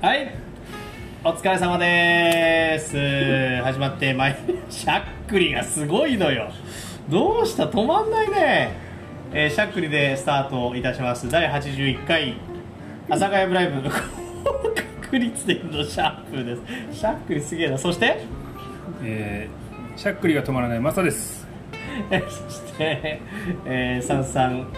はいお疲れ様です始まってまいりしゃっくりがすごいのよどうした止まんないね、えーしゃっくりでスタートいたします第81回阿佐ヶ谷ブライブ高 確率でのシャープですしゃっくりすげえなそしてえー、しゃっくりが止まらないマサです。えそして、えー、さんさん、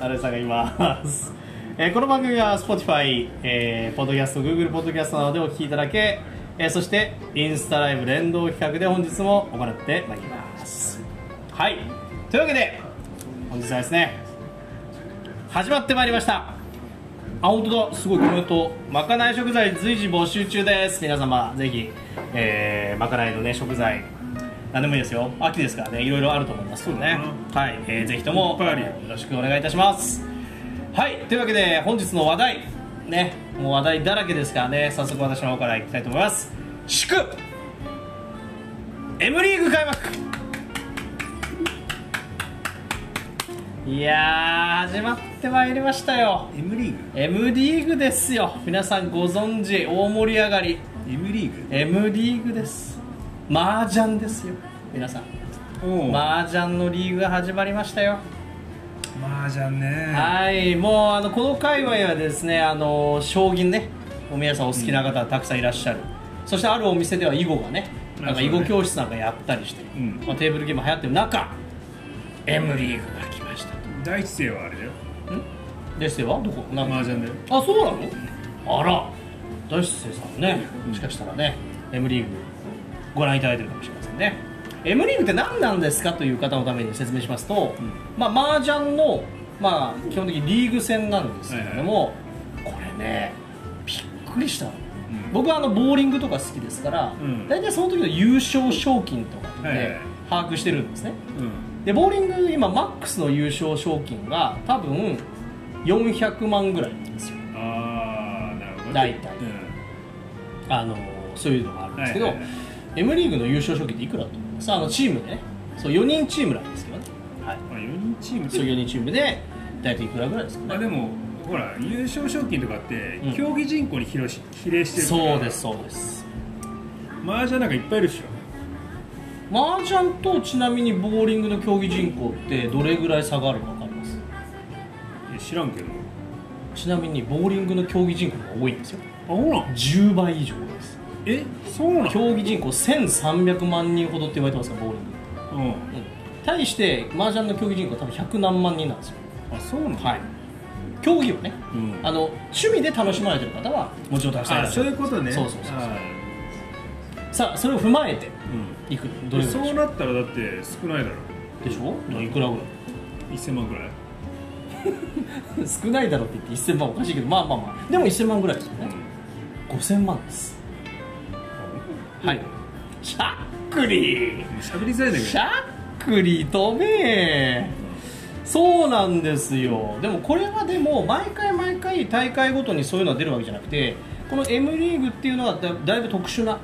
あれさんがいます。 えーこの番組は Spotify、えー、ポッドキャスト、Google ポッドキャストなどでお聞きいただけ、えーそしてインスタライブ連動企画で本日も行ってまいります。はい、というわけで、本日はですね、始まってまいりました。あ、本当だ、すごいコメント、まかない食材随時募集中です。皆様、ぜひ、えーまかないのね、食材、何でもいいですよ。秋ですからね、いろいろあると思いますのでね。はい、えーぜひとも、いっぱいあるよよろしくお願いいたします。はい、というわけで、本日の話題、ね、もう話題だらけですからね、早速私の方からいきたいと思います。祝 M リーグ開幕いやー、始まってまいりましたよ。 M リーグ M リーグですよ皆さんご存知大盛り上がり ?M リーグ M リーグです麻雀ですよ皆さんおう麻雀のリーグが始まりましたよまあじゃあね。はいもうあのこの界隈はですねあの将棋ねもう皆さんお好きな方たくさんいらっしゃる、そしてあるお店では囲碁がねなんか囲碁教室なんかやったりして、んまあ、テーブルゲーム流行ってる中 M リーグが来ましたと第一声はあれだよ。ですよどこなんかマージャンだよ。あそうなのあら大志生さんねもしかしたらね M リーグご覧いただいてるかもしれませんね M リーグって何なんですかという方のために説明しますと、まあ麻雀のまあ基本的にリーグ戦なんですけれども、これねびっくりしたの、ん僕はあのボーリングとか好きですから、うん大体その時の優勝賞金とかって、はいはい把握してるんですね、うん。でボーリング今マックスの優勝賞金が多分400万ぐらいなんですよあー、なるほど。大体うん。あのそういうのがあるんですけど、はいはいはい M リーグの優勝賞金っていくらだと思いますあのチームでねそう4人チームなんですけどね、はい、まあ、4人チームそう4人チームで大体いくらぐらいですかまあねでも、ほら、優勝賞金とかって、うん競技人口に広し比例してるから。そうです。そうですマージャンなんかいっぱいいるっしょ。麻雀とちなみにボーリングの競技人口ってどれぐらい差があるか分かりますいや知らんけど。ちなみにボーリングの競技人口が多いんですよあ、ほら。 10倍以上ですえ、そうなの競技人口1300万人ほどって言われてますからボーリングうん。対して麻雀の競技人口は多分100何万人なんですよあ、そうなのはい競技をね、うんあの趣味で楽しまれてる方はもちろんたくさんいあ、らっしゃそうるいうことね。そうそうそうそうあさあそれを踏まえてーうん。いくどれぐらいそうなったらだって少ないだろでしょでしょいくらぐらい1000万ぐらい少ない だろって言って1000万おかしいけどまあまあまあでも1000万ぐらいですよね5000万ですはいしゃっくりもう喋りづらいんだけしどゃっくりとめそうなんですよでもこれはでも毎回毎回大会ごとにそういうのは出るわけじゃなくてこの M リーグっていうのはだだいぶ特殊な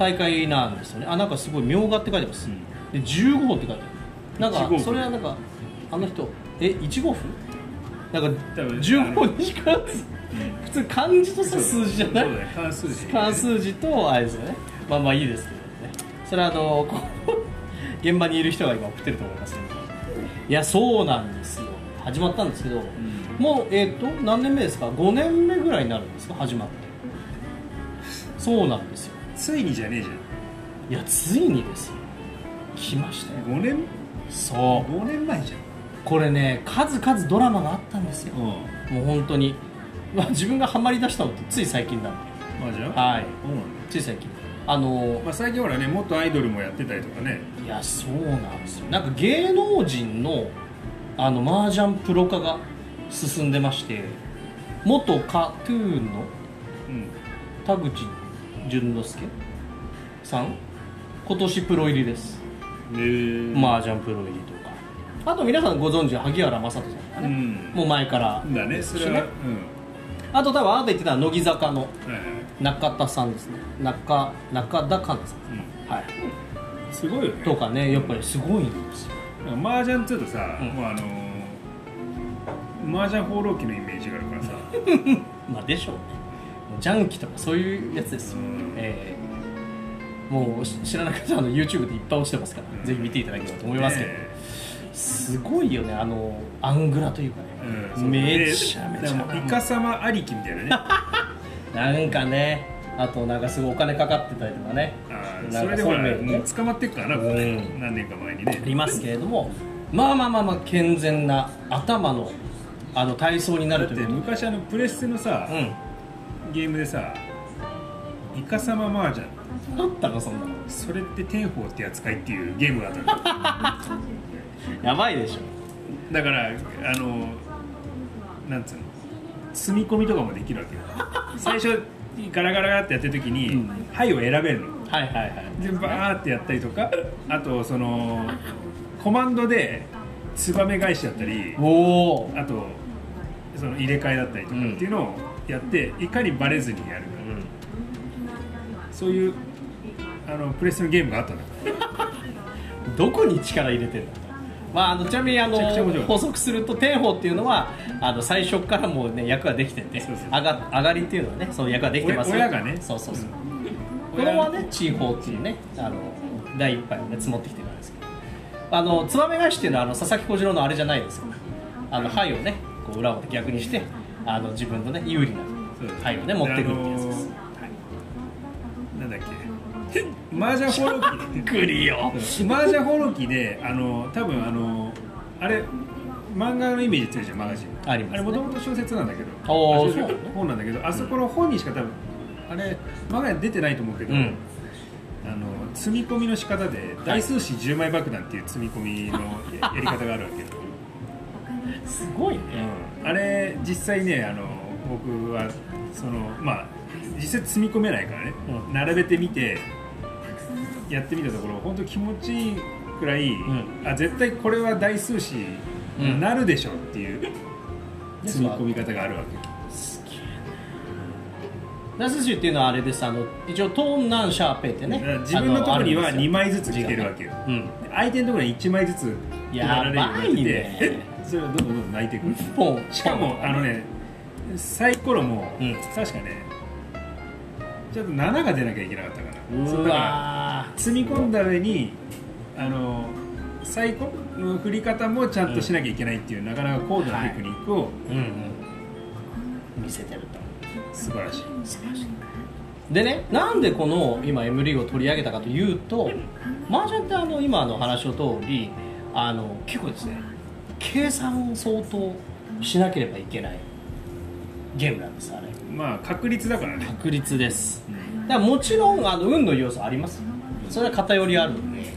大会なんですよねあなんかすごい「明画」って書いてます、で15号って書いてあるなん15か歩それはなんかあの人え1号符なんか多分15号にしか普通漢字とさ数字じゃないそうだね関数字関数字とあれですよねまあまあいいですけどねそれはあのこう 現場にいる人が今送ってると思いますけどいやそうなんですよ始まったんですけど、もうえっ、と何年目ですか5年目ぐらいになるんですか始まってそうなんですよついにじゃねえじいやついにですよ来ましたゃよん5年そう5年前じこれね数々ドラマがあったんですよゃんうんもう本当にまあ自分がハマりだしたのってつい最近なんでまあじゃはいんそうなんだつい最近あのまあ最近ほらね元アイドルもやってたりとかねいやそうなんですよなんか芸能人のあの麻雀プロ化が進んでまして元 KAT−TUN のうん田口淳之介さん今年プロ入りですへえあ麻雀プロ入りとかあと皆さんご存知萩原雅人さんとかうね、んもう前からだねそれはうんあと多分あなた言ってたのは乃木坂のはいはい中田さんですね中中田香奈さん、はい、うんすごいよねとかねやっぱりすごいんですよマージャンっていうとさうんもうあのマージャン放浪記のイメージがあるからさまあでしょうねジャンキとかそういうやつですよ、うんえーもうし知らなかったあの YouTube でいっぱい落ちてますから、うん ぜひ見ていただければと思いますけど、ねすごいよねあのアングラというかね、うんめちゃめちでゃもイカ様ありきみたいなねあなんかねあとなんかすごいお金かかってたりとかねーなんそかれでほそうらいうのねもう捕まってっからな、うん何年か前にあねりますけれどもまあまあまあまあ健全な頭のあの体操になだるっとていうこと昔あのプレステのさ、うんゲームでさイカ様麻雀あったのそんなのそれって天宝って扱いっていうゲームがあった のやばいでしょだからあのなんつうの積み込みとかもできるわけ よ最初ガラガラガラってやってる時にうん「はい」を選べるのはいはいはいでバーってやったりとかあとそのコマンドでツバメ返しだったりおおあとその入れ替えだったりとかっていうのをやっていかにバレずにやるかそういうあのプレステのゲームがあったんだどこに力入れてんだとまあ、あのちなみにあのめちゃくちゃ面白い補足すると天保っていうのはあの最初からもうね役ができててそうそう上が上がりっていうのはねその役ができてますよ親親がねそうそうそう、子親供はね地方っていうねあの第一杯をね積もってきてるんですけどあのつばめ返しっていうのはあの佐々木小次郎のあれじゃないですからあの牌をねこう裏を逆にしてあの自分のね有利なそうです牌をね持ってくるってやつですあのーなんだっけマージャンフォローキーグリよマージャンフォローキーであの多分あのあれ漫画のイメージつるじゃんマガジンありますねあれもともと小説なんだけどおーあ小説そうなの本なんだけどあそこの本にしか多分あれ漫画には出てないと思うけど、うんあの積み込みの仕方で大数紙10枚爆弾っていう積み込みのややり方があるわけよ、すごいねうんあれ実際ねあの僕はそのまあ実際積み込めないからね、うん並べてみてやってみたところ本当気持ちいいくらい、んあ絶対これは大数詞うんなるでしょっていう積み込み方があるわけ、ナスシュっていうのはあれですあの一応トーンナンシャーペイってねだから自分のところにはあのあるんですよ2枚ずつ来てるわけようんで相手のところに1枚ずつ配になやばいねそれがどんどんどんどん泣いてくるポンしかもあのねサイコロも、うん確かねちょっと7が出なきゃいけなかったからうそうだからわー積み込んだ上にあのサイコロの振り方もちゃんとしなきゃいけないっていう、なかなか高度なテクニックを、うんうん見せてると素晴らしいでねなんでこの今 M リーグを取り上げたかというと麻雀ってあの今の話の通りあの結構ですね計算を相当しなければいけないゲームなんですあれまあ確率だからね、確率ですうんだからもちろんあの運の要素ありますよそれは偏りあるんで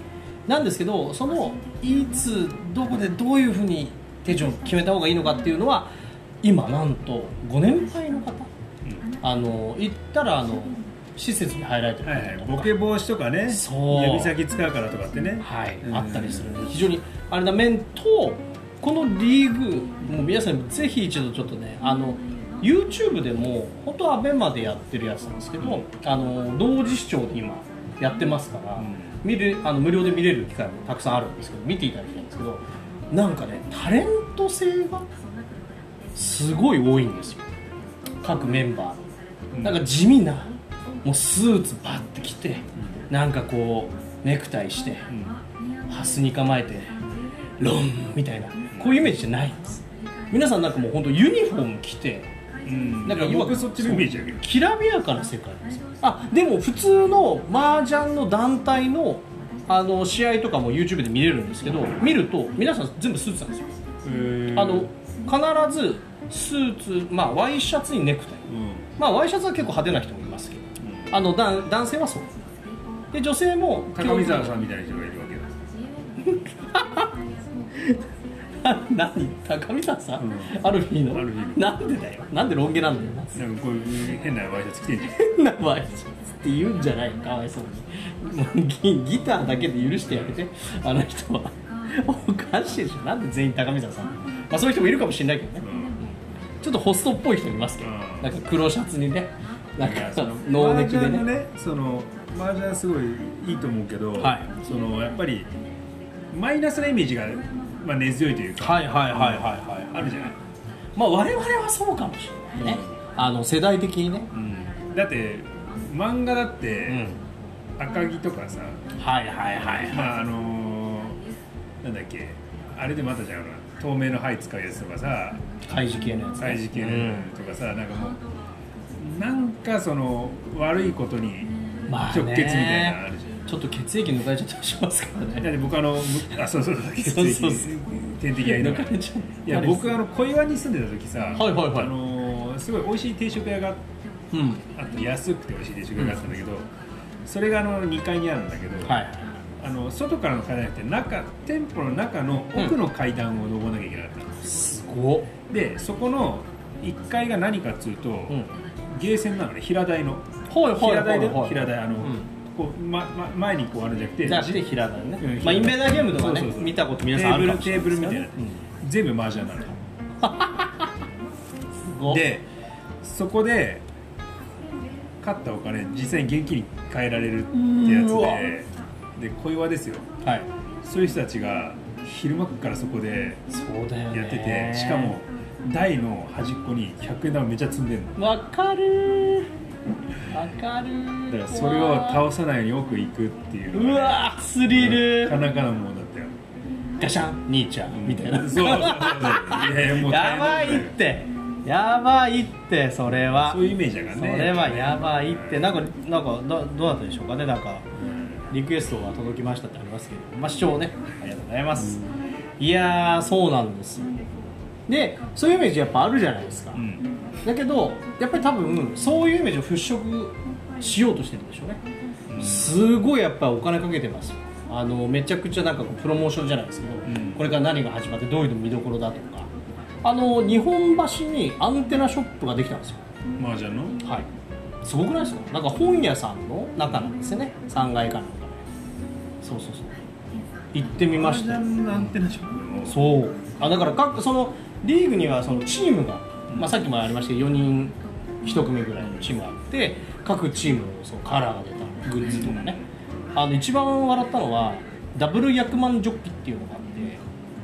なんですけどそのいつどこでどういうふうに手順を決めた方がいいのかっていうのは今なんとご年配の方あの行ったらあの施設に入られてるはい方はい、とかボケ防止とかねそう指先使うからとかってねはいうんあったりするので非常にあれな面とこのリーグもう皆さんぜひ一度ちょっとねあの YouTube でも本当アベマでやってるやつなんですけど、あの同時視聴で今やってますから、うん見るあの無料で見れる機会もたくさんあるんですけど見ていただきたいんですけどなんかねタレント性がすごい多いんですよ各メンバーなんか地味なもうスーツバッて着てなんかこうネクタイしてうんハスに構えてロンみたいなこういうイメージじゃないんです皆さんなんかもう本当ユニフォーム着てうん、だだかからら要は僕そっちのイメージだけどきらびやかな世界ですよあでも普通の麻雀の団体のあの試合とかも YouTube で見れるんですけど見ると皆さん全部スーツなんですよあの必ずスーツ、まあ、ワイシャツにネクタイうんまあワイシャツは結構派手な人もいますけど、あのだん男性はそうで女性も高見沢さんみたいな人がいるわけよ、 何高見沢さん、うんアルフィーのアルフィーなんでだよなんでロン毛なんだよななんかこういう変なワイシャツ着てんじゃん変なワイシャツって言うんじゃないのかわいそうにもうギギターだけで許してやめてあの人はおかしいでしょなんで全員高見沢さん、まあ、そういう人もいるかもしれないけど ねちょっとホストっぽい人いますけど、うんなんか黒シャツにねなんかその ノーマネークジャでンのねねそのマージャンすごいいいと思うけど、はいそのやっぱりマイナスなイメージが、まあ、根強いというか、はいはいはいはいはいあるじゃない、まあ我々はそうかもしれないね、あの世代的にね、うんだって漫画だっうてん、赤木とかさ、はいはいはいはい、まああのーなんだっけあれでもあったじゃん透明の灰使うやつとかさ怪獣系のやつ、ね、歳時系とかさ、なんかもうなんかその悪いことにうんまあ、ね、直結みたいなのあるじゃん、ちょっと血液抜かれちゃったりしますからだっねて僕あのむあそうそうそう 血そう液そうそう点滴やりながら抜かれちゃったりするいや僕あの小岩に住んでた時さ、はいはいはいあのーすごい美味しい定食屋がうんあって安くて美味しい定食屋があったんだけど、それがあの2階にあるんだけど、はいあの外からの階段じゃなくて中店舗の中の奥の階段を登らなきゃいけなかったんです、すごっでそこの1階が何かっつうと、うんゲーセンなのね平台のはい はい平は台いではい平台あうの、んこう、まま、前にこうあるんじゃなくてじゃなくて平台ね、うんまあ、インベーダーゲームとかねそうそうそう見たこと皆さんあるかもしれないですけどテーブルテーブルみ全部麻雀なうのんすごっでそこで勝ったお金実際に現金に変えられるってやうわつでで小岩ですよはいそういう人たちが昼間からそこでそうだよねやっててしかも台の端っこに100円玉めちゃ積んでるのわかるーわかるーだからそれを倒さないように奥行くっていううのがわースリルなかなかのものだったよガシャン兄ちゃんみたいな、そうそうそうそういやいやもうや大変だばいってやばいってそれはそういうイメージだからねそれはやばいってなんかなんかどどうだったでしょうかねなんかうんリクエストが届きましたってありますけどまあ視聴ねありがとうございますいやーそうなんですよでそういうイメージやっぱあるじゃないですか、うんだけどやっぱり多分そういうイメージを払拭しようとしてるんでしょうね、うんすごいやっぱお金かけてますよあのめちゃくちゃなんかこうプロモーションじゃないですけど、んこれから何が始まってどういうの見どころだとかあの日本橋にアンテナショップができたんですよ麻雀のはいすごくないですかなんか本屋さんの中なんですよね3階かなんかねそうそうそう行ってみましたよ麻雀のアンテナショップそうあだから各そのリーグにはそのチームが、まあ、さっきもありましたけど4人1組ぐらいのチームがあって各チームのそのカラーが出たグッズとかねあの一番笑ったのはダブル役満ジョッキっていうのがあっ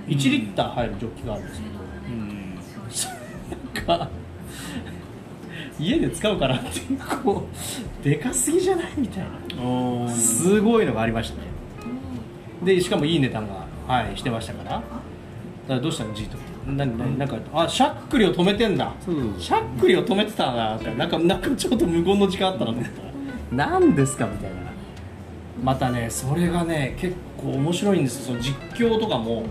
て1リッター入るジョッキがあるんですけど、うんなんか家で使うからっていうこうでかすぎじゃないみたいなおーすごいのがありましたねでしかもいい値段が、はい、してましたからだからどうしたの G と何何なんかあしゃっくりを止めてんだそうそうそうしゃっくりを止めてたなってなんかなんかちょっと無言の時間あったなと思ったら何ですかみたいなまたねそれがね結構面白いんですよその実況とかもうん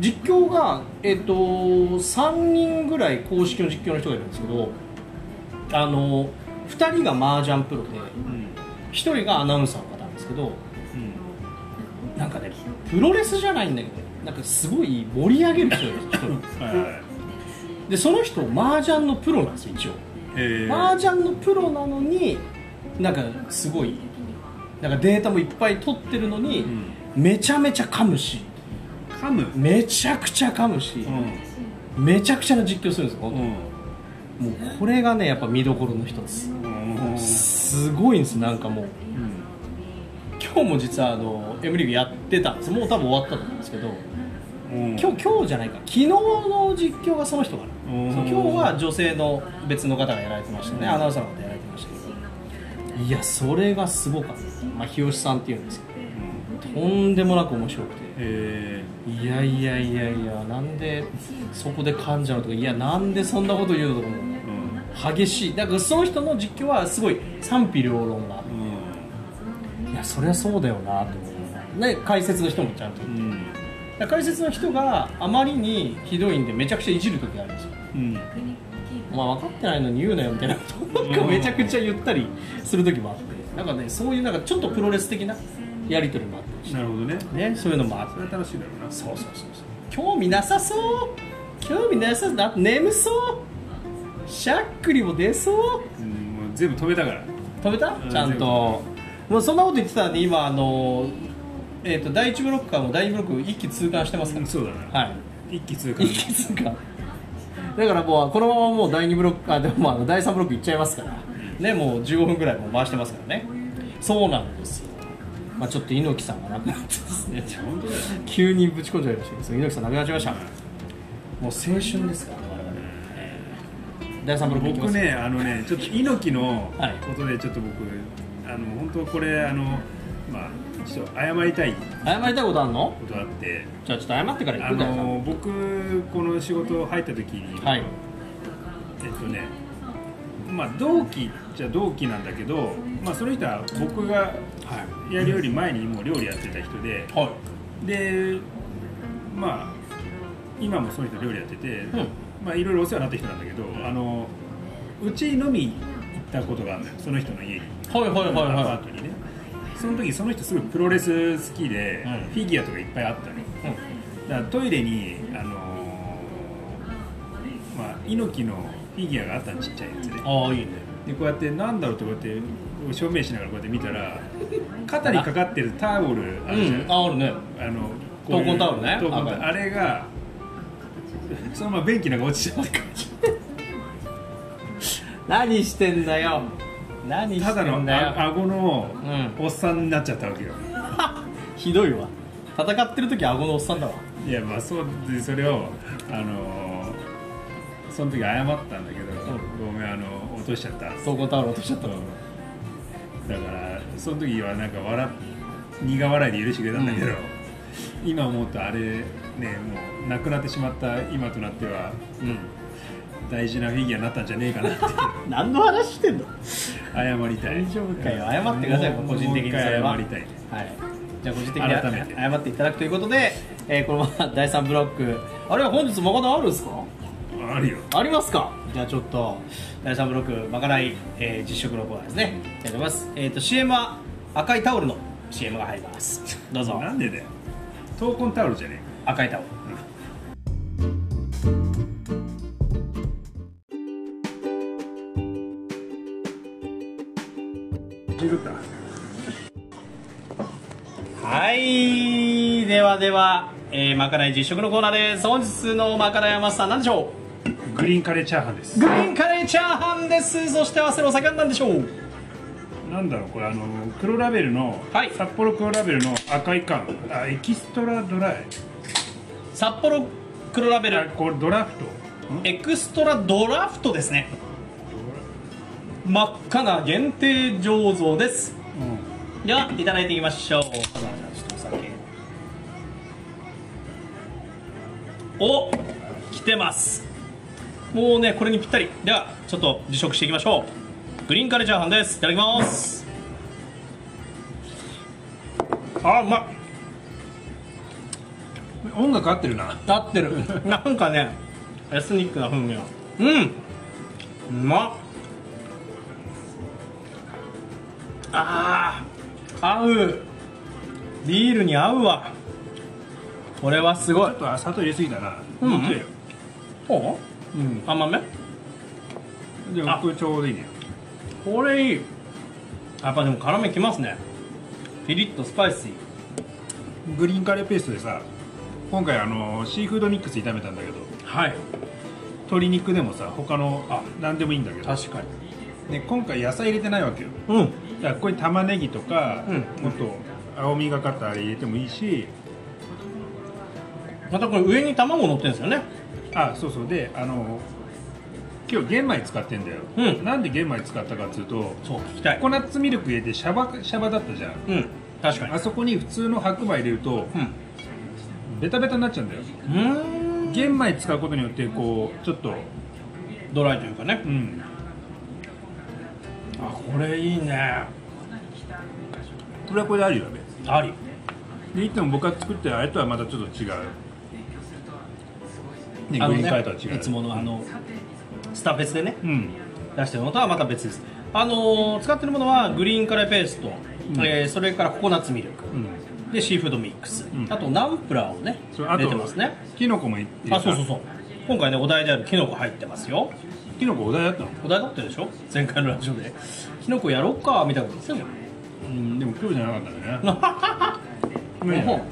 実況が、えっと3人ぐらい公式の実況の人がいるんですけどあの2人が麻雀プロでうん1人がアナウンサーの方なんですけどなんかねプロレスじゃないんだけどなんかすごい盛り上げる人 がいる一人うんはいはいでその人麻雀のプロなんですよ一応え麻雀のプロなのになんかすごいなんかデータもいっぱい取ってるのに、んめちゃめちゃ噛むし噛むめちゃくちゃ噛むし、うめちゃくちゃな実況するんですよ、本当にんもうこれがねやっぱ見どころの一つうんすごいんですなんかもう今日も実はあの M リーグやってたんですもう多分終わったと思うんですけどうん今日今日じゃないか昨日の実況がその人かなうんそう今日は女性の別の方がやられてましたねアナウンサーの方やられてましたけどいやそれがすごかった、まあ、日吉さんっていうんですけどとんでもなく面白くてえいやいやいやいやなんでそこで噛んじゃうとかいやなんでそんなこと言うのとかもうーうん激しいだからその人の実況はすごい賛否両論があるいやそりゃそうだよなと思うね解説の人もちゃんとうんうんだから解説の人があまりにひどいんでめちゃくちゃいじる時あるんですようんお前分かってないのに言うなよみたいなことなんかめちゃくちゃ言ったりする時もあってなんかねそういうなんかちょっとプロレス的なやり取りもあったりしなるほどねてねそういうのもあってそれは楽しいだろうなそうそうそうそう興味なさそう興味なさそうだって眠そうしゃっくりも出そううんもう全部止めたから食べたうんちゃんともうそんなこと言ってたんで今あの、えー、と第1ブロックからも第2ブロック一気通貫してますかうんら、そうだなは一気通過い一気通貫だからもうこのままもう第2ブロックあでもあの第3ブロックいっちゃいますからねもう15分ぐらいもう回してますからねそうなんですよまあちょっと猪木さんが亡くなってですね本当だよ急にぶち込んじゃいましたけど猪木さん亡くなっちゃいましたもう青春ですから我々第3ブロックいきま僕すねあのねちょっと猪木のはいことでちょっと僕あの本当これあのまあちょっと謝りたいこ謝りたいことあんのとあってじゃあちょっと謝ってからあ行くんだよの僕この仕事入った時に、はいえっとねまあ同期じゃ同期なんだけどまあその人は僕がはいやるより前にもう料理やってた人ではいでまあ今もその人料理やってて、んまあいろいろお世話になった人なんだけどあのうち飲み行ったことがあるのよその人の家にはいはいはいアパはートにねその時その人すごいプロレス好きで、うんフィギュアとかいっぱいあったのよい、うんだからトイレにあのーまあ猪木のフィギュアがあったのちっちゃいやつでああいいねでこうやってなんだろうとこうやって証明しながらこうやって見たら肩にかかってるタオルあうるじゃん、んああるねあの闘魂タオルね闘魂タオル赤あれがそのまま便器なんか落ちちゃった何してんだよ何してただんのだよあ顎のうんおっさんになっちゃったわけよ、ひどいわ戦ってる時顎のおっさんだわいやまあそうでそれをあのーその時謝ったんだけど、ごめんあの落としちゃった闘魂タオル落としちゃったのうんだからその時はなんか笑っ苦笑いで許してくれたんだけど、今思うとあれねもうなくなってしまった今となってはうん大事なフィギュアになったんじゃねえ かなって何の話してんの謝りたい大丈夫かよ謝ってくださいもう個人的にそれはもう一回謝りはいじゃあ個人的に謝改めてっていただくということで、えーこのま ま第3ブロックあれは本日まかないあるんですかたいあるよありますかじゃあちょっと第3ブロックまかない、えー実食のコーナーですねいただきますえっ、と CM は赤いタオルの CM が入りますどうぞなんでだよ闘魂タオルじゃね赤いタオルえかジルタはいではでは、えーまかない実食のコーナーです本日のまかないはマスター何でしょグリーンカレーチャーハンでうすグリーンカレーチャーハンですそして合わせるお酒は何でしょうなんだろうこれあの黒ラベルの、はい札幌黒ラベルの赤い缶あエキストラドライ札幌黒ラベあルこれドラフトんエクストラドラフトですね真っ赤な限定醸造ですうではいただいていきましょうまずはちょっとお酒お来てますもうねこれにぴったりではちょっと試食していきましょうグリーンカレーチャーハンですいただきますあうまいん音楽合ってるな合ってる なんかねエスニックな風味がうんうまっあー合うビールに合うわこれはすごいちょっと砂糖入れすぎたなうんもっと入れよおうん甘めじゃああこれちょうどいいねこれいいやっぱでも辛めきますねピリッとスパイシーグリーンカレーペーストでさ今回あのシーフードミックス炒めたんだけどはい鶏肉でもさ他のあ何でもいいんだけど確かにで今回野菜入れてないわけようんだからここに玉ねぎとか、うんもっと青みがかったあれ入れてもいいしまたこれ上に卵乗ってるんですよねあそうそうであの今日玄米使ってんだよ、うんなんで玄米使ったかっていうとそう聞きたいココナッツミルク入れてシャバシャバだったじゃんうん確かにあそこに普通の白米入れるとうんベタベタになっちゃうんだようーん玄米使うことによってこうちょっとドライというかねうんあこれいいねこれはこれでありだねありでいつも僕が作ってるあれとはまたちょっと違うねあのグリーンカレーとは違ういつものあのスターフェスでねうん出してるのとはまた別ですあのー使ってるものはグリーンカレーペースト、んえーそれからココナッツミルクうんでシーフードミックス、んあとナンプラーをねそれあ入とれてますねキノコも入れたあそうそうそう今回ねお題であるキノコ入ってますよキノコお題だったのお題だったでしょ前回のラジオでキノコやろっかみたいなことですようんでも今日じゃなかったね ごめんもね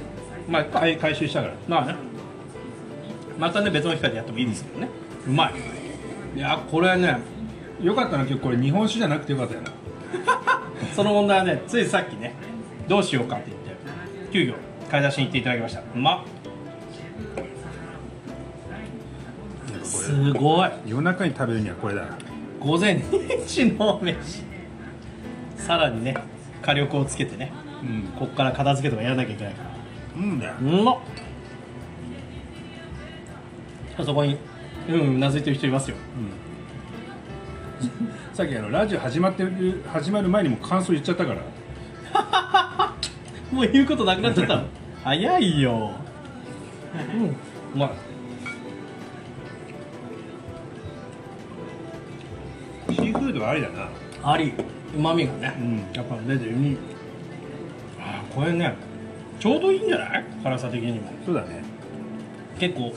うまあいっか回回収したからまあねまたね別の機会でやってもいいですけどねうまいいやこれねよかったな今日これ日本酒じゃなくてよかったよなその問題はねついさっきねどうしようかって言って急遽買い出しに行っていただきましたうまっこれすごい夜中に食べるにはこれだ午前1の飯さらにね火力をつけてねうんこっから片付けとかやらなきゃいけないからうんだようまっあそこにうんうんうなずいてる人いますよ さっきあのラジオ始まってる始まる前にも感想言っちゃったからもう言うことなくなっちゃったの早いようんうまいシーフードはありだなありうまみがね、うんやっぱ出てるうんあーこれねちょうどいいんじゃない辛さ的にもそうだね結構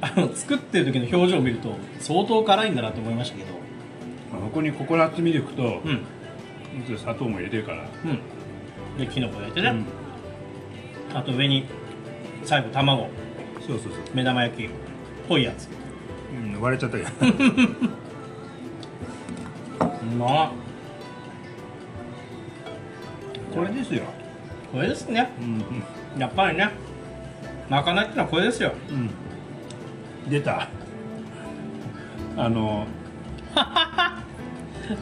あの作ってる時の表情を見ると相当辛いんだなと思いましたけどまあここにココナッツミルクと、うんちょっと砂糖も入れてるかうら、んできのこ焼いてうねん、あと上に最後卵そうそうそう、目玉焼きっぽいやつうん、割れちゃったけどうまっ これですよこれですねうんうんやっぱりねまかないってのはこれですようん出たあの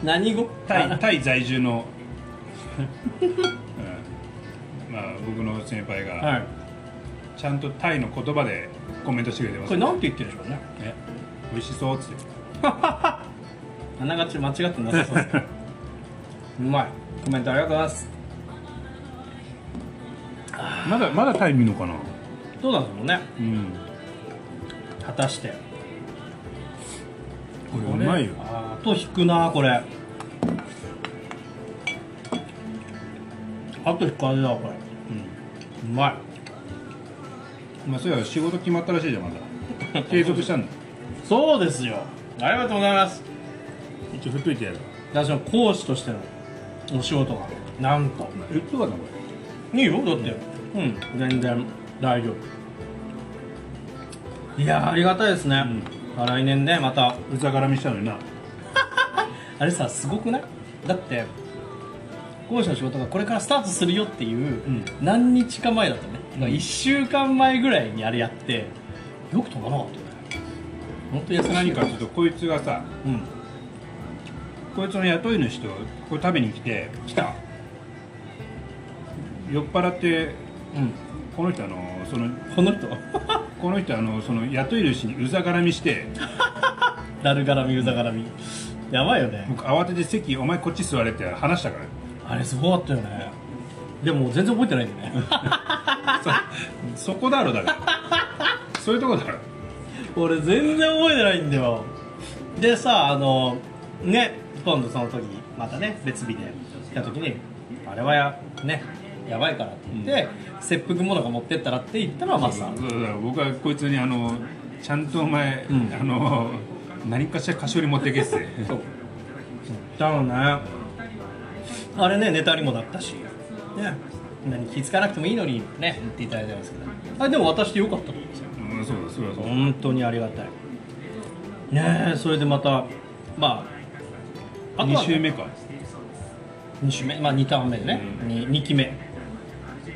何語タイあタイ在住 の、うんまあ、僕の先輩が、はいちゃんとタイの言葉でコメントしてくれてますこれなんて言ってるでしょうねね美味しそうっつってあながち間違ってなさそう ですうまいコメントありがとうございますまだまだタイ見るのかなどうなんですもねうん果たしてこれうまいよあーあと引くなこれあと引く味だこれうまいまあそういや仕事決まったらしいじゃんま だ継続したんだそうですよありがとうございます一応振っといてやる私の講師としてのお仕事がなんと振っとかなこいいよだってうん全然大丈夫いやーありがたいですね、まあ来年ねまたれうざがらみしたのになあれさすごくないだって講師の仕事がこれからスタートするよっていう、うん何日か前だったね、だからうん1週間前ぐらいにあれやってよく飛ばなかったよね本当に優しい何かちょっとこいつがさうんこいつの雇い主とこれ食べに来て来た酔っ払ってうんこの人あのそのこ の人この人あのその雇い主にうざがらみしてだるがらみうざがらみやばいよね僕慌てて席お前こっち座れって話したかあられすごかったよねでも全然覚えてないんだよねそこだろだからそういうとこだろ俺全然覚えてないんだよでさあのね今度その時またね別日で来た時にあれはやねやばいからって言って、切腹ものが持ってったらって言ったのはマスターそうだから僕はこいつにあのちゃんとお前、うんあの何かしら菓子折り持ってけっつってそうだろうねあれねネタにもなったしね何気づかなくてもいいのにね言っていただいたんですけどあでも渡してよかったと思いますようんそうだそうだそうだ本当にありがたいねえそれでまたまああと2は週目か2週目まあ2ターン目でね、う二二2期目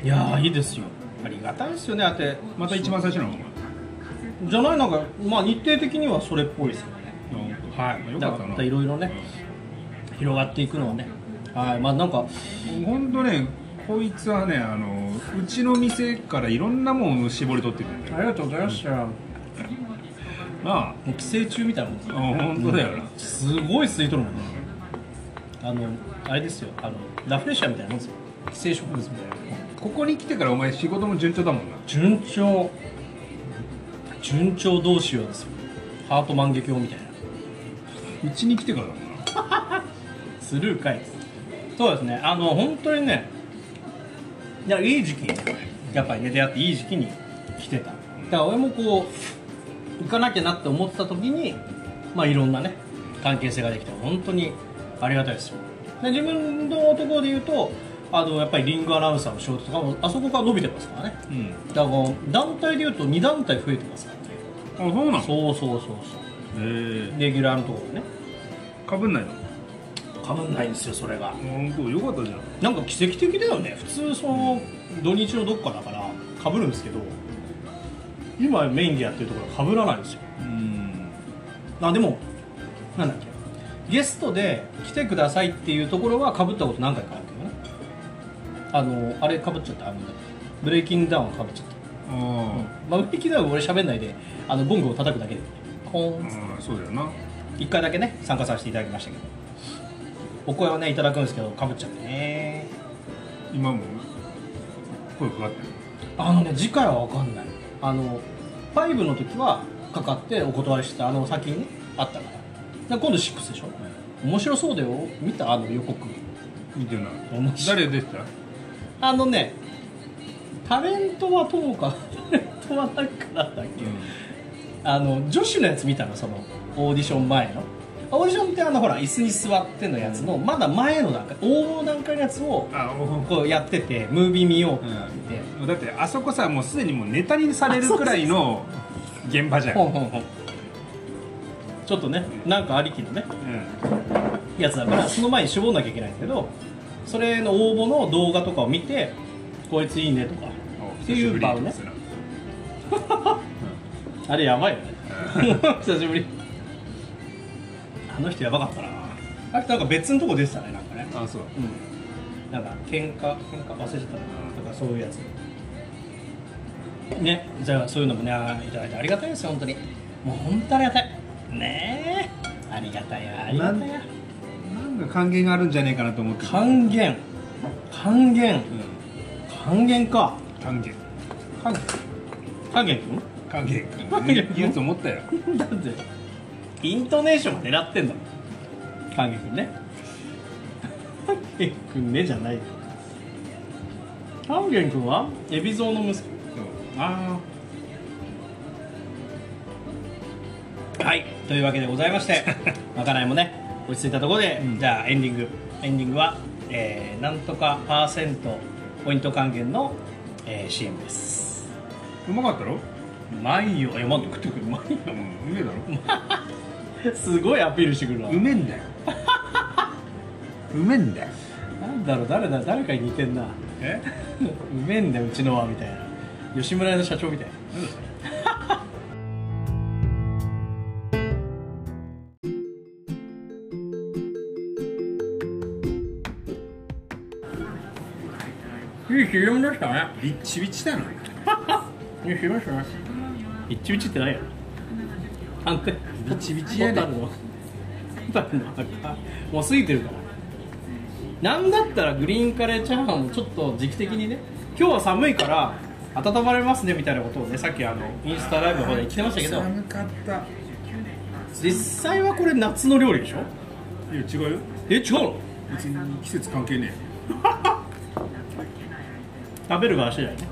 いやーいいですよありがたいですよねあってまた一番最初なのお前じゃないなんかまあ日程的にはそれっぽいですよねはいよかだったらまなたいろいろね広がっていくのはねはいまあなんか本当ねこいつはねあのうちの店からいろんなもんを絞り取ってくるんだよりがとうございましたもなあう寄生虫みたいなもんですよ本当だよな、すごい吸い取るもんねあのあれですよあのラフレシアみたいなもんですよ寄生植物みたいなここに来てからお前仕事も順調だもんな順調順調どうしようですよハート万華鏡みたいなうちに来てからだもんなスルーかいそうですねあの本当にねいやいい時期にやっぱりね出会っていい時期に来てただから俺もこう行かなきゃなって思ってた時にまあいろんなね関係性ができて本当にありがたいですよで自分のところで言うとあのやっぱりリングアナウンサーの仕事とかもあそこから伸びてますからねうんだからこう団体で言うと2団体増えてますからねあそうなのそうそうそうそえうレギュラーのところでねえかぶんないのかぶんないんですよそれが本当よかったじゃんなんか奇跡的だよね普通その土日のどっかだからかぶるんですけど今メインでやってるところは被らないんですようんあでもなんだっけゲストで来てくださいっていうところは被ったこと何回かあるけどねあのあれ被っちゃったあのブレイキングダウン被っちゃったあまあ、ブレイキングダウン俺喋んないであのボンゴを叩くだけでコーンっつってあそうだよな1回だけね参加させていただきましたけどお声をねいただくんですけど被っちゃってね今も声かかってるあのね次回は分かんないあの5の時はかかってお断りしてたあの先にねあったからで今度6でしょ面白そうだよ見たあの予告見てない面白い誰出てたあのねタレントはともかタレントはなんかなんだっけ、あの女子のやつ見たのそのオーディション前のオーディションってあのほら椅子に座ってのやつの、まだ前の段階応募の段階のやつをあこうやっててムービー見ようってなってて、だってあそこさもうすでにもうネタにされるくらいの現場じゃんほんほんほんちょっとねなんかありきのねうやつだからその前に絞んなきゃいけないんだけどそれの応募の動画とかを見てこいついいねとかんっていう場をね久しぶりにあれやばいよね撮って 久しぶりあの人やばかったなあれなんか別のとこ出てたねなんかねたなあそううんなんか喧嘩喧嘩忘れちゃったなとかそういうやつねじゃあそういうのもねあいただいてありがたいですよ本当にもう本当ありがたいねえありがたいわありがたいわなんか還元があるんじゃねえかなと思って還元還元うん還元か還元還 元還元君還元還元言うと思ったよ だってイントネーション狙ってんだもん関係くんね 関係くんねじゃないよ関係くんは海老蔵の息そうあ子はいというわけでございまして まかないもね落ち着いたところで、うんじゃあエンディングエンディングは、えーなんとかパーセントポイント還元の、えー CM ですあうまかったろうまいよ山食ってくるうまいようんうめえだろ すごいアピールしてくるわうめえんだようめえんだよなんだろう誰だ誰かに似てんな えうめえんだようちのはみたいな吉村屋の社長みたいないい CM でしたねビッチビチだないい CM でしたね一ちってないやろ判定ビチビチやね蛍の蛍の墓もう過ぎてるからなんだったらグリーンカレーチャーハンもちょっと時期的にね今日は寒いから温まれますねみたいなことをねさっきあのインスタライブの方で言ってましたけど寒かった実際はこれ夏の料理でしょいや違うよえ違うの別に季節関係ね食べる側次第ね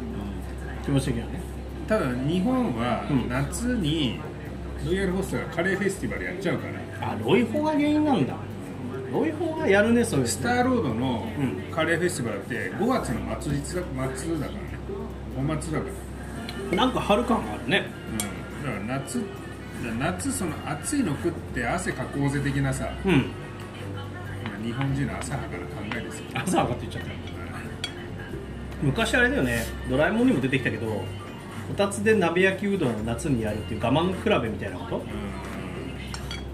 気持ち的にはねえただ日本はうん夏にロイヤルホストがカレーフェスティバルやっちゃうからあロイホが原因なんだロイホがやるねそういうのスターロードのうんカレーフェスティバルって5月の末日だ末だからねお祭りだからなんか春感があるねうんだから夏だから夏その暑いの食って汗かこうぜ的なさうん今日本人の浅はかな考えですよ朝上がって言っちゃった昔あれだよねドラえもんにも出てきたけどこたつで鍋焼きうどんを夏にやるっていう我慢比べみたいなこうん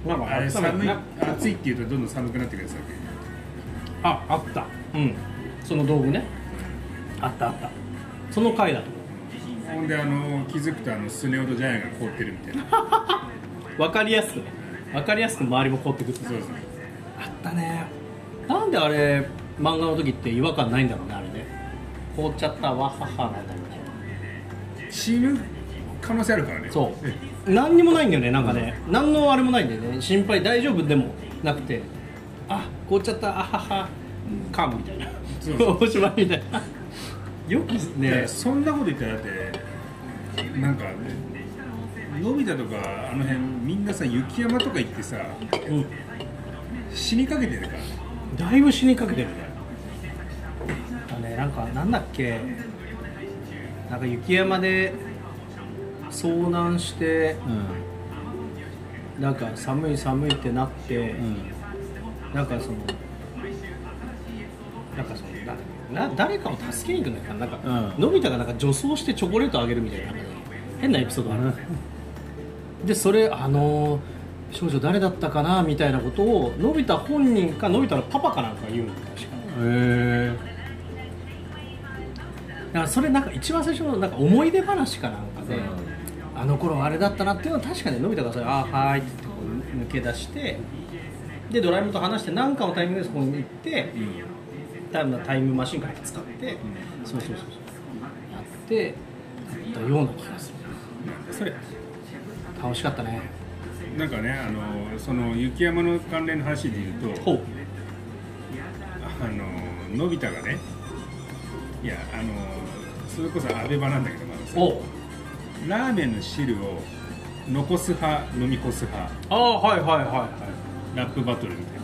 となんかああれった寒いな暑いって言うとどんどん寒くなってくるさああったうんその道具ねあったあったその回だと思ほんであの気づくとあのスネ夫とジャイアンが凍ってるみたいな う分かりやすくね分かりやすく周りも凍ってくってそうそうあったねなんであれ漫画の時って違和感ないんだろうねあれね凍っちゃったわははなんだろうね死ぬ可能性あるからねそえう何にもないんだよねなんかね、何のあれもないんだよね心配大丈夫でもなくてあ凍っちゃったあははかんみたいなそうそおしまいみたいなよくいやねそんなこと言ったらだってなんかのび太とかあの辺みんなさ雪山とか行ってさうん死にかけてるからねだいぶ死にかけてるねあねなんかなんだっけなんか雪山で遭難してうなんか寒い寒いってなって、んなんかそのなんかそのなな誰かを助けに行くんだっけどなんか、うんのび太がなんか女装してチョコレートあげるみたいななんかね変なエピソードあるんだよでそれあのー少女誰だったかなみたいなことをのび太本人かのび太のパパかなんかが言うんだよ確かえだからそれなんか一番最初のなんか思い出話かなんかで、あの頃あれだったなっていうのは確かにのび太がそれあーはーいってこう抜け出してでドラえもんと話して何かのタイミングでそこに行ってうんタイムタイムマシンから使って、そうそうそうそうやってやったような気がするそれ楽しかったねなんかねあのその雪山の関連の話で言うとほうあののび太がねいやあのそれこそアベバなんだけどまださおうラーメンの汁を残す派飲み干す派ああはいはいはいはラップバトルみたいい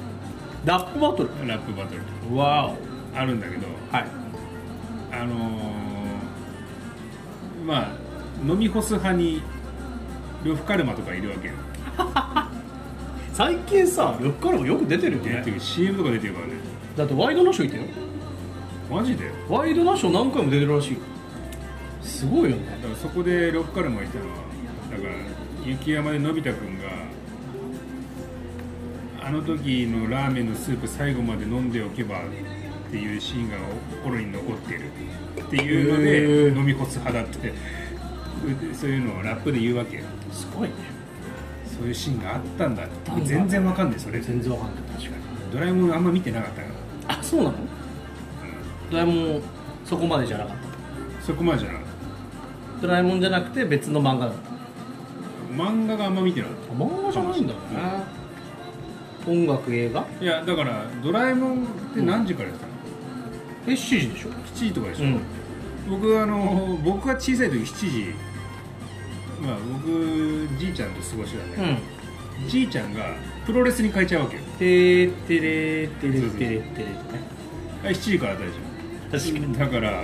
ラップバトルなラップバトルわあるんだけどおはいあのーまあ飲み干す派に呂布カルマとかいるわけよ最近さよっからもよく出てるよ出てねる CM とか出てるからねだってワイドナショーいたよマジでだワイドナショー何回も出てるらしいよすごいよねからそこで呂布カルマがいたのはだから雪山でのび太くんがあの時のラーメンのスープ最後まで飲んでおけばっていうシーンが心に残ってるっていうへのーで飲み干す派だってうそういうのをラップで言うわけよすごいねそういうシーンがあったんだってあったんだ全然わかんないそれ全然わかんない確かにドラえもんあんま見てなかったから、あそうなのドラえもんそこまでじゃなかっそこまでじゃなかったドラえもんじゃなくて別の漫画だったた漫画があんま見てなかっ漫画じゃないんだね音楽映画たいやだからドラえもんって何時からやってたの、え7時でしょ7時とかでしょ、ん僕あの僕が小さい時7時まあ僕じいちゃんと過ごしてたんだうけど、んじいちゃんがプロレスに変えちゃうわけよてーてれーてれーてれーてれーとねあ7時からだったでし確かょだから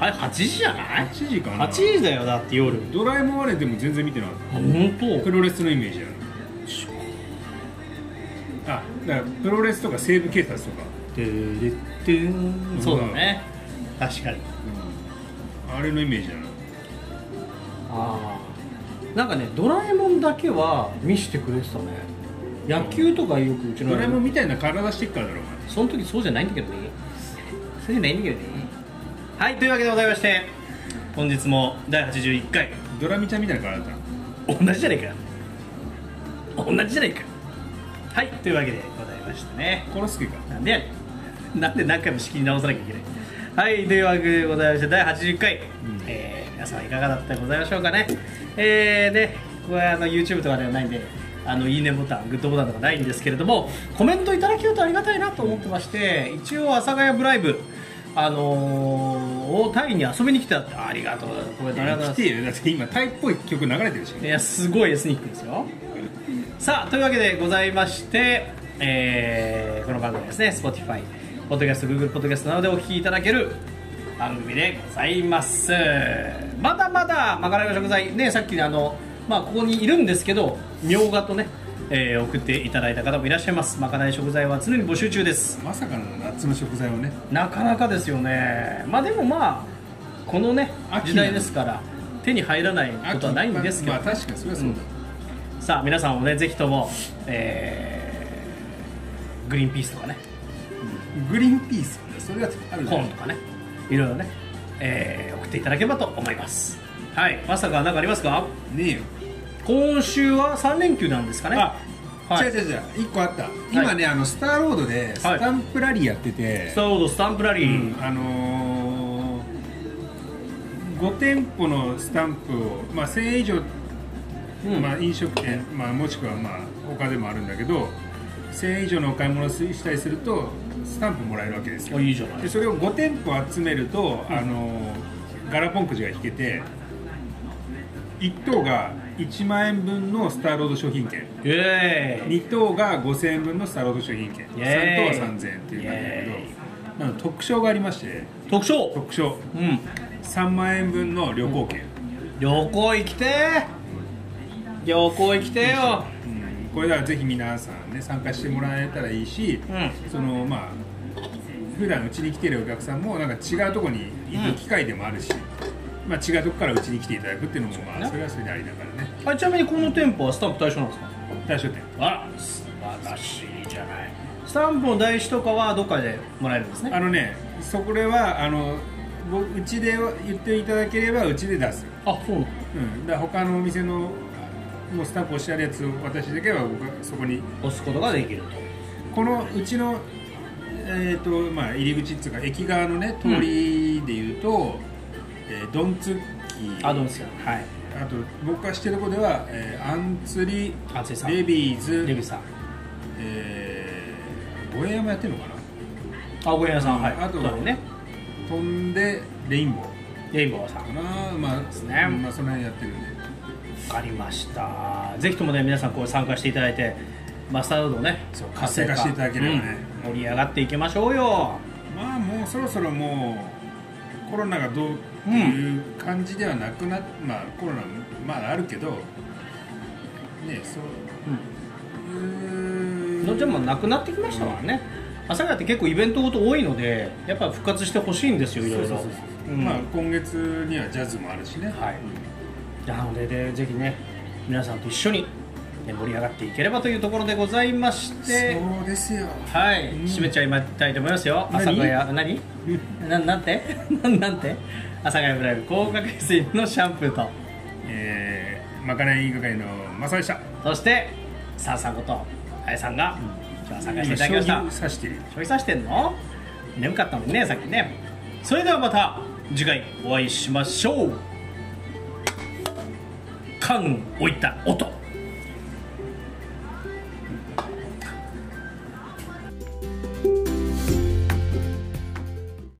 あれ8時じゃない8時かな ?8 時だよだって夜ドラえもんあれでも全然見てなかっあ本当たプロレスのイメージなのあだからプロレスとか西部警察とかてーれってーんそうだね確かにあれのイメージだなああなんかねドラえもんだけは見してくれてたね野球とかよくうちのドラえもんみたいな体してっからだろお前その時そうじゃないんだけどねそうじゃないんだけどねはいというわけでございまして本日も第81回ドラミちゃんみたいな体だったの同じじゃないか同じじゃないかはいというわけでございましたねコロスケかなんでやねんなんで何回も仕切り直さなきゃいけないはいというわけでございまして第80回、んえー皆さんいかがだったでございましょうかねえー、ねこれはあの YouTube とかではないんであのいいねボタングッドボタンとかないんですけれどもコメントいただけるとありがたいなと思ってまして一応阿佐ヶ谷ブライブあのー、をタイに遊びに来たってありがとうございますコメントありがとうございます来てよだって今タイっぽい曲流れてるしいやすごいエスニックですよさあというわけでございまして、えーこの番組はですね Spotify ポッドキャスト Google ポッドキャストなどでお聞きいただける番組でございますまだまだまかないの食材ねさっきのあのまあここにいるんですけどみょうがとね、えー送っていただいた方もいらっしゃいますまかない食材は常に募集中ですまさかの夏の食材をねなかなかですよねまあでもまあこのね秋なの時代ですから手に入らないことはないんですけどまあ、まあ確かにそれはそうだ、さあ皆さんもねぜひとも、えーグリーンピースとかねグリーンピースはねそれはあるコーンとかねいろいろね、えー送っていただければと思いますはいまさか何かありますかねえよ今週は3連休なんですかねあはい違う違う違う一個あった今ね、あのスターロードでスタンプラリーやっててス、ターロードスタンプラリうー、んあのー、5店舗のスタンプを、まあ、1000円以上うんまあ、飲食店、まあ、もしくはまあ他でもあるんだけど1000円以上のお買い物をしたりするとスタンプもらえるわけですよおいいじゃないでそれを5店舗集めると、あのガラポンくじが引けて1等が1万円分のスターロード商品券イエーイ2等が5000円分のスターロード商品券3イエーイ等は3000円っていう感じイエだけどなんか特賞がありまして特賞特賞うん3万円分の旅行券、旅行行きてー旅行行きてーようんこれだからぜひ皆さんね参加してもらえたらいいし、うそのまあ普段うちに来てるお客さんもなんか違うとこに行く機会でもあるし、まあ、違うとこからうちに来ていただくっていうのも、まねあ、それはそれでありながらねあちなみにこの店舗はスタンプ対象なんですか大書店あら素晴らしいじゃないスタンプの台紙とかはどっかでもらえるんですねあのねそこれはあのぼうちで言っていただければうちで出す、あそうなのうん、だから他のお店のもうスタンプ押してあるやつを私だけは僕はそこに押すことができるとこのうちの、えーとまあ、入り口っていうか駅側のね通りでいうと、えードンツッキーあドンツッキはいあと僕が知ってるとこでは、えーアンツリアンツリさんレビーズレビさんえー、ゴーヤーもやってるのかなあごめんなさい、うんはいあとそうだね飛んでレインボーレインボーさんかなまあすねまあ、その辺やってるんでわかりましたぜひともね皆さんこう参加していただいてマスタードードをねそう活性化していただければねうん盛り上がっていきましょうよまあもうそろそろもうコロナがどうっていう感じではなくなっ、まあコロナもまああるけどねそういうのちゃんもなくなってきましたからね朝霞って結構イベントごと多いのでやっぱ復活してほしいんですよいろいそうろそうそううんまあ今月にはジャズもあるしねはいなのででぜひね皆さんと一緒にね盛り上がっていければというところでございましてそうですよはいうん締めちゃいたいと思いますよ何朝霞屋何ななんて なんて阿佐ヶ谷ブライブ高角水のシャンプーとえー、まかない係のマサでしたそしてさあさんことあやさんが今日は参加していただきました今将棋指してる将棋さしてんの眠かったもんねさっきねそれではまた次回お会いしましょう缶置いた音